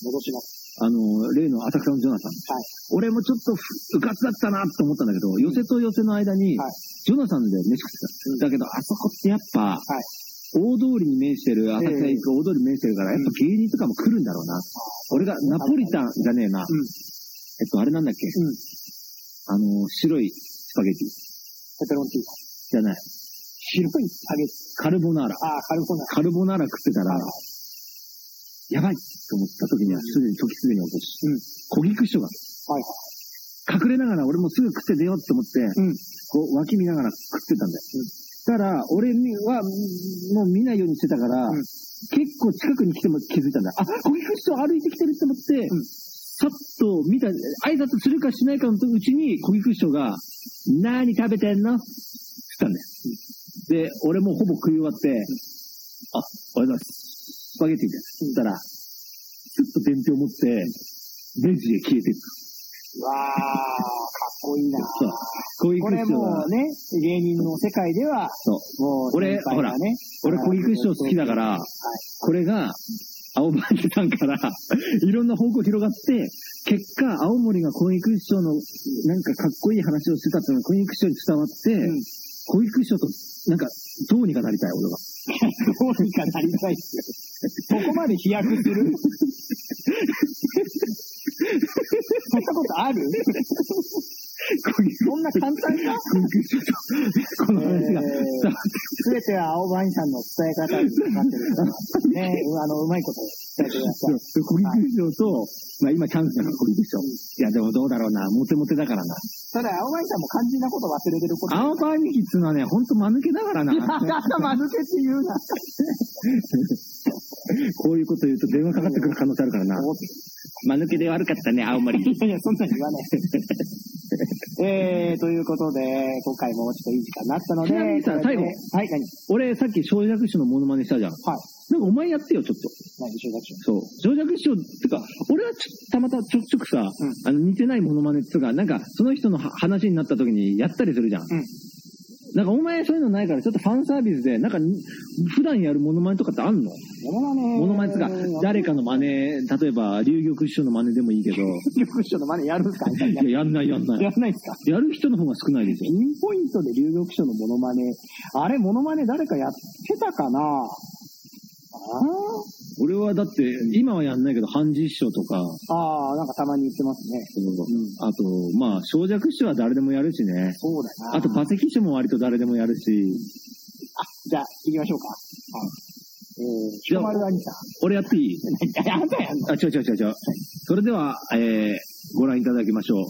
B: 戻します。
D: あの、例の浅草のジョナサン。
B: はい
D: 俺もちょっとふうかつだったなと思ったんだけど、寄せと寄せの間に
B: はい、
D: ジョナサンで飯食ってた。だけど、あそこってやっぱ、大通りに面してる、浅草行く大通りに面してるから、やっぱ芸人とかも来るんだろうな。俺がナポリタンじゃねえな。
B: ん
D: えっと、あれなんだっけ
B: うん。
D: あの、白いスパゲティ
B: ペペロンチーノ。
D: じゃない。
B: 白いスパゲッティ。
D: カルボナーラ。
B: ああ、カルボナー
D: カルボナーラ食ってたら
B: はい、
D: やばいと思った時には、すでに時すでに起こし、
B: うん
D: 小菊師匠が、
B: ラ。はい
D: 隠れながら俺もすぐ食って出ようって思って、
B: うん
D: こう脇見ながら食ってたんだよ。したら、俺には、もう見ないようにしてたから、
B: うん
D: 結構近くに来ても気づいたんだ。あ、小菊師匠歩いてきてるって思って、
B: うん
D: さっと見た、挨拶するかしないかのうちに、小菊師匠が、何食べてんのって言ったんだよ。で、俺もほぼ食い終わって、あ、ありがとうございます。スパゲティです。そしたら、スッと伝票持って、レジへ消えていく。
B: うわあ、かっこいいな
D: そう小
B: こ
D: 菊
B: れ
D: 師匠
B: も
D: は
B: う、ね、芸人の世界では、
D: そう。
B: もう、
D: 俺
B: 先輩がね、
D: 俺、小菊師匠好きだ から、これが、青森さんから、いろんな方向広がって、結果、青森が小菊師匠の、なんかかっこいい話をしてたっていうのが小菊師匠に伝わって、
B: うん
D: 小菊師匠と、なんか、どうにかなりたい、俺は。
B: どうにかなりたいですよ。そこまで飛躍するそんなこと ある
D: 小菊
B: そんな簡単か
D: 師匠と、この話が伝わって、
B: すべては青葉兄さんの伝え方にかかってる から、ね、あの、うまいこと伝えてください。
D: そう小菊師匠と、まあ今チャンスだから小菊師匠。いや、でもどうだろうな、モテモテだからな。
B: ただ、青葉兄さんも肝心なこと忘れてること。
D: 青葉兄貴っつうのはね、ほんと間抜け だからな。
B: 頭抜けって言うな。
D: こういうこと言うと電話かかってくる可能性あるからな。間抜けで悪かったね、青森。
B: いやいや、そんなん言わ ない。えー、ということで、今回もちょっといい時間になったので。
D: ちなみにさ
B: これで
D: 最後
B: はい、何
D: 俺、さっき小弱師匠のモノマネしたじゃん。
B: はい。
D: なんかお前やってよ、ちょっと。
B: 何、一緒だっけ
D: そう。小弱師匠、ってか、俺はちょたまたちょくちょくさ、
B: ん
D: あの、似てないモノマネっていうか、なんか、その人のは話になった時にやったりするじゃん。
B: ん
D: なんか、お前そういうのないから、ちょっとファンサービスで、なんか、普段やるモノマネとかってあんの
B: モノマネ。
D: モノマネってか、誰かの真似、例えば、龍玉師匠の真似でもいいけど、
B: リュック師匠の真似やるんすか
D: いや、やんない、やんない。
B: やらないんすか
D: やる人の方が少ないです
B: ピ
D: よ。
B: ンポイントで流玉書のモノマネ。あれ、モノマネ誰かやってたかなあ
D: 俺はだって、今はやんないけど、半字師匠とか、
B: ーあー、なんかたまに言ってますね。
D: あと、まあ、小弱師匠は誰でもやるしね。
B: そうだな。
D: あと、馬石師匠も割と誰でもやるし、
B: じゃあ、行きましょうか。はい。えー、ひこまる兄さん。
D: 俺やっていい
B: あんたやんの
D: あ、違う違う違う違う。それでは、えー、ご覧いただきましょう。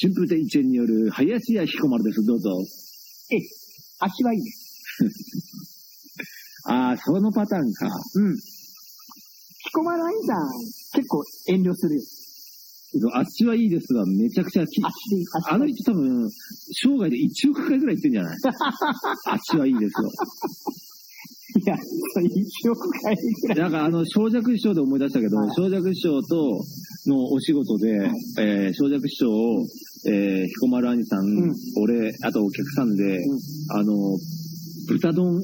D: 春風亭一円による林家彦丸です。どうぞ。
B: え、足はいいね。
D: あー、そのパターンか。
B: うん。彦摩呂兄さん、結構遠慮するよ。
D: あっちはいいですが、めちゃくちゃき、
B: 足でいい、足
D: あの人多分、生涯で1億回ぐらい言ってんじゃない あっちはいいですよ。
B: いや、1億回ぐらい。
D: なんかあの、小弱師匠で思い出したけど、
B: はい
D: 小弱師匠とのお仕事で、えー、小弱師匠を、えー、彦丸兄さん、
B: ん
D: 俺、あとお客さんで、
B: ん
D: あの、豚丼、ん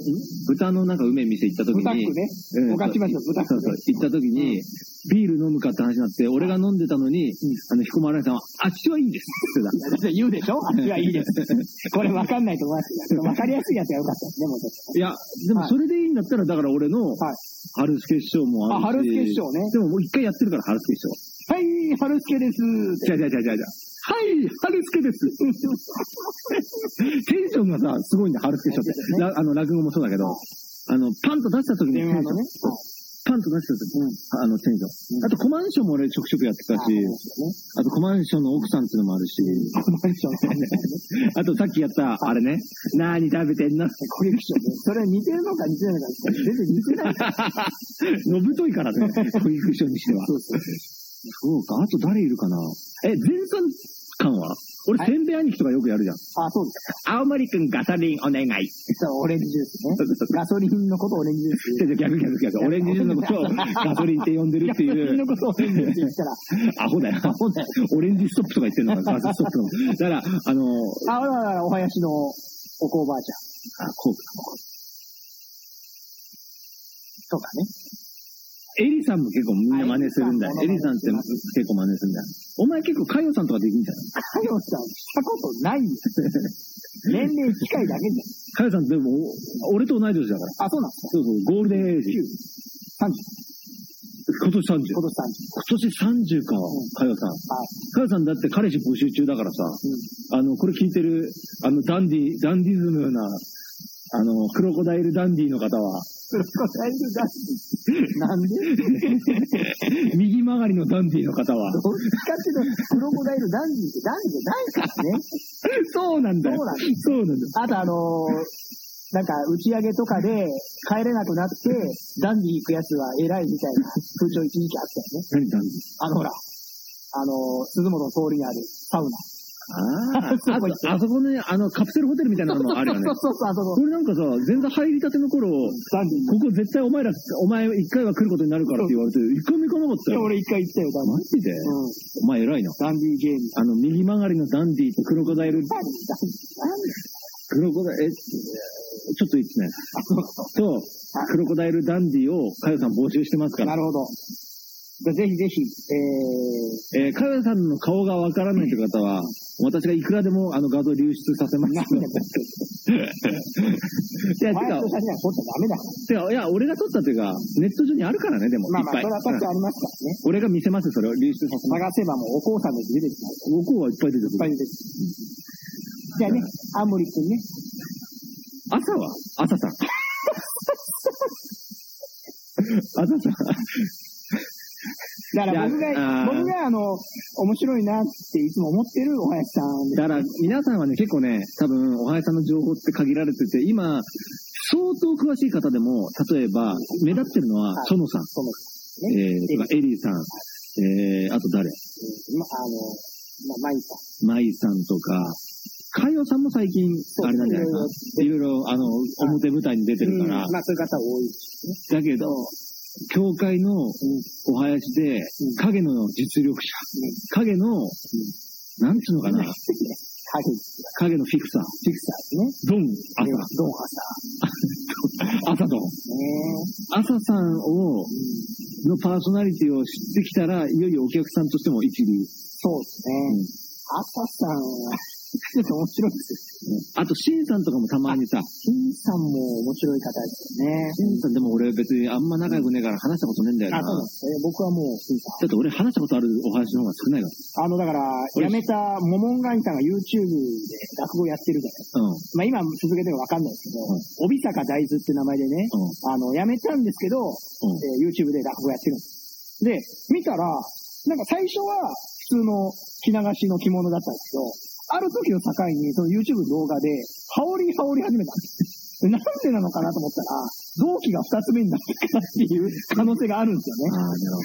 D: 豚のなんか梅店行った時
B: 豚
D: に、
B: 服ね。
D: うん
B: おかしましょう、豚
D: そう
B: 服
D: そう
B: ね。、
D: 行った時に、ビール飲むかって話になって、俺が飲んでたのに、あの、彦丸兄さんは、あっちはいいですって言ってた。
B: だ って言うでしょ足はいいです。これ分かんないと思いますけど。分かりやすいやつが良かったですね、もうちょっ
D: いや、でも
B: はい
D: それでいいんだったら、だから俺の、
B: と。はい。
D: 春助師匠もあるし。
B: あ春助師匠ね
D: でももう一回やってるから、春助師匠。
B: はい、春助です。
D: じゃじゃじゃじゃじゃ。はい、春助です。テンションがさ、すごいんだよ、春助師匠って。らあの、落語もそうだけど、あの、パンと出した時のテン
B: 電話
D: ション。
B: のね。
D: そうパンと出した時の、あの、テンション。あと、コマンションも俺、ちょくちょくやってたし、あと、コマンションの奥さんっていうのもあるし、
B: このマンションのね。
D: あと、さっきやった、あれね、何食べてんの
B: これでしょうね。それ似てるのか似てないのか。全然似てない。
D: のぶと いからね、保育所にしては。
B: そうそう。
D: そうか、あと誰いるかなえ、前さん感は俺、
B: はい
D: せんべい兄貴とかよくやるじゃん。
B: あ、そうです。
D: 青森くんガサリンお願い。
B: 実はオレンジジュースね。ガソリンのことをオレンジジュース。
D: 逆逆逆逆。オレンジジュースのことをガソリンって呼んでるってい
B: ガソリンの
D: う、
B: ことをオレンジジュースって言ったら、
D: アホだよ。オレンジストップとか言ってんのかな、ガソストップの。だから、あの、
B: あ、ほらほら、お囃子のおこおばあちゃん
D: あこう
B: とかね。
D: エリさんも結構みんな真似するんだよ。
B: あ
D: エ
B: エ
D: リ
B: リ
D: さ
B: さ
D: ん
B: ん
D: って
B: も
D: 結構真似するんだよ。お前結構カヨさんとかできんじゃない
B: カヨさん、したことないよ。年齢近いだけじ
D: カヨさんでも、お俺と同い年だから。
B: ゃん。あ、そうなんです
D: そうそう、ゴールデンエイジ。
B: か。30、
D: 今年30。
B: 今年
D: 今年30か、カヨさん。
B: 30。はい。
D: カヨさんだって彼氏募集中だからさ、あの、これ聞いてる、あの、ダンディ、ダンディズムな、あの、クロコダイルダンディの方は、
B: それはだいぶ出す。なんで
D: 右曲がりのダンディの方は、
B: どっちかっていうと、クロコダイル男児って男児じゃないからね。
D: そうなんだよ。
B: そうなんだ
D: そうなんだよ。
B: あとあのーなんか打ち上げとかで帰れなくなって、ダンディ行くやつは偉いみたいな風潮一時期あったよね。
D: 何ダンディ
B: あのほら、あのー鈴本の通りにあるサウナ。
D: ああ、あと、あそこね、あの、カプセルホテルみたいなのもあるよね
B: そう。そうそう、あそこ
D: こ。れなんかさ、全然入りたての頃、
B: ダンディ
D: ここ絶対お前ら、お前一回は来ることになるからって言われて、一回も行かなかっ
B: い
D: た
B: や
D: よ。
B: 俺一回行ったよ、ダン
D: マジで
B: ディ。うん。
D: お前偉いな。
B: ダンディゲーム。
D: あの、右曲がりのダンディとクロコダイル、
B: ダンディ、ダン
D: クロコダイル、え、ちょっといいっすね。そう
B: はい。
D: クロコダイルダンディを、かよさん募集してます
B: ディ。
D: か
B: な
D: ら。
B: るほど。じゃあぜひぜひ、え
D: えー、かよさんの顔がわからないという方は、私がいくらでもあの画像流出させま
B: ー、なん
D: す
B: で
D: の
B: も
D: で。
B: って
D: いや、て
B: 前
D: か
B: の、写真は撮っちゃダメだか
D: てか、いや、俺が撮ったというか、ネット上にあるからね、でも。
B: ら。まあ
D: い
B: ま
D: っ
B: あ、そ
D: ぱ
B: れ
D: い
B: は価値ありますからね。
D: 俺が見せます、それを流出させます。
B: 探せばもうお父さんの出てきます。
D: 向こうはいっぱい出て
B: いっ
D: く
B: ぱい
D: る。
B: 出てきます。じゃあね、アンモリ君ね。
D: 朝は朝 さん。朝さん。
B: だから僕
D: いやあ
B: が、
D: ー
B: 僕があの、面白いなっていつも思ってるお林さんです。
D: だから、皆さんはね、結構ね、多分、おはやさんの情報って限られてて、今、相当詳しい方でも、例えば、目立ってるのは、
B: はい
D: 園さん、
B: その、
D: えー、とか、エリーさん、えー、あと誰
B: うんま、あの、ま、マイさん。
D: マイさんとか、カヨさんも最近、
B: そう
D: あれなんじゃないかな。いろいろ、あの、表舞台に出てるから、
B: うんまあ、そういう方多いですね。
D: だけど、教会のお囃子で、影の実力者、影の、なんつうのか
B: ハ
D: な、
B: ゲです
D: 影のフィクサー、
B: フィクサーですね。
D: ドン、
B: でドンハ
D: 朝、朝ドン。
B: サー。ね
D: 朝さんを、のパーソナリティを知ってきたら、いよいよお客さんとしても一流。
B: そうですね。朝さんは、ちょっと面白いです
D: あと、シンさんとかもたまにさ、
B: よ。金さんも面白い方ですよね。
D: シンさんでも俺別にあんま仲良くねえから話したことねえんだよ
B: あ、
D: な。
B: そうなんで
D: だ
B: すね。僕はもう、金さん。
D: って俺話したことあるお話の方が少ないか
B: あの、だから、
D: れ
B: 辞めたモモンガニさんが YouTube で落語やってるじゃない
D: ら。うん。
B: まあ今続けてるかわかんないですけど、帯坂大豆って名前でね、
D: うん
B: あの、辞めたんですけど、
D: うん
B: えー YouTube で落語やってるんです。で、見たら、なんか最初は普通の着流しの着物だったんですけど、ある時を境にその YouTube の動画で、羽織羽織り始めたんです。で なんでなのかなと思ったら、同期が二つ目になったからっていう可能性があるんですよね。
D: ああ、なるほ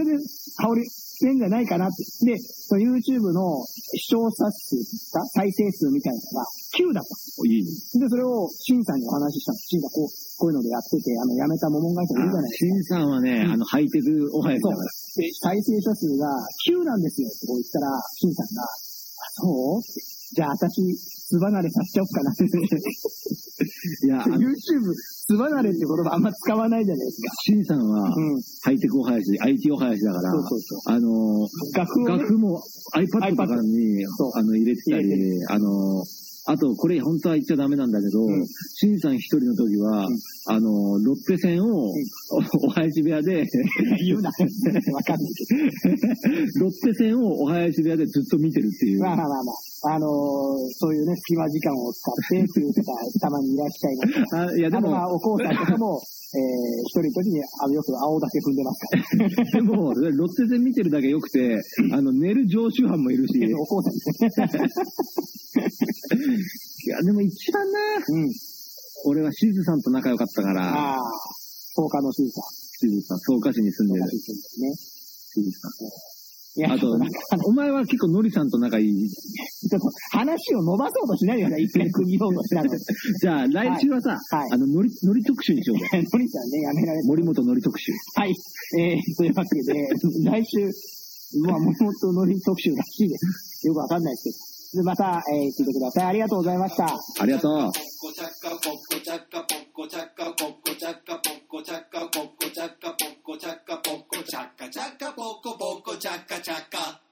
D: ど
B: でそれで、
D: ね。
B: 羽織してんじゃないかなって。で、その YouTube の視聴者数か再生数みたいなのが9だったんです
D: いいね。
B: で、それを、シンさんにお話ししたんです。シンさん、こう、こういうのでやってて、あの、やめたモモンガイさんいるじゃないです
D: シンさんはね、あの、ハイテクおはやしだか
B: か。
D: ら。
B: で、再生者数が9なんですよってこう言ったら、シンさんが、あ、そうってじゃあ、私、つ離れさせちゃおうかなって。
D: い や、あの、
B: YouTube、つ離れって言葉あんま使わないじゃないですか。
D: シンさんは、
B: うん。
D: ハイテクおはやし、IT おはやしだから、
B: そうそうそう。
D: あの、
B: 楽譜をね
D: 楽譜も iPad とかに
B: そう
D: あの入れてたり
B: 入れ、
D: あの、あと、これ本当は言っちゃダメなんだけど、
B: ん
D: シンさん一人の時は、
B: うん
D: あの、ロッテ戦を、おはやし部屋で、
B: 言う な。わかんないけど。
D: ロッテ戦をおはやし部屋でずっと見てるっていう。
B: まあまあまあまあ、あのーそういうね、隙間時間を使ってっていう方、たまにいらっしゃいます。
D: あい や、で
B: あとま
D: も、
B: あ、お父さんとかも、えー、一人一人に、あの、よく青竹踏んでますから。
D: でも、ロッテ戦見てるだけ良くて、あの、寝る常習犯もいるし、い
B: お父さんですね。
D: や、でも一番ね、
B: うん。
D: 俺はシズさんと仲良かったから、
B: ああ、放課のシーさ
D: シズさん、草加市に住ん
B: ん
D: で
B: と
D: る
B: かですね。
D: シズさん。
B: いや、
D: あ
B: ちょっ
D: と
B: となんか、、
D: お前は結構ノリさんと仲いい
B: ちょっと話を伸ばそうとしない でください。一回区切ろうとしながら。
D: じゃあ、来週はさ、
B: はい
D: あの、のり、のり特集にしようぜ。
B: のりさんね、やめられない。
D: 森本のり特集。
B: はい。えー、というわけで、 来週、まあ、もともとのり特集らしいです。よくわかんないですけど。で、また、えー、聞いてください。ありがとうございました。
D: ありがとう。
A: Chaka poco, chaka poco, chaka poco, chaka poco, chaka poco, chaka poco, chaka poco, chaka チャカチャカポコポコチャカチャカ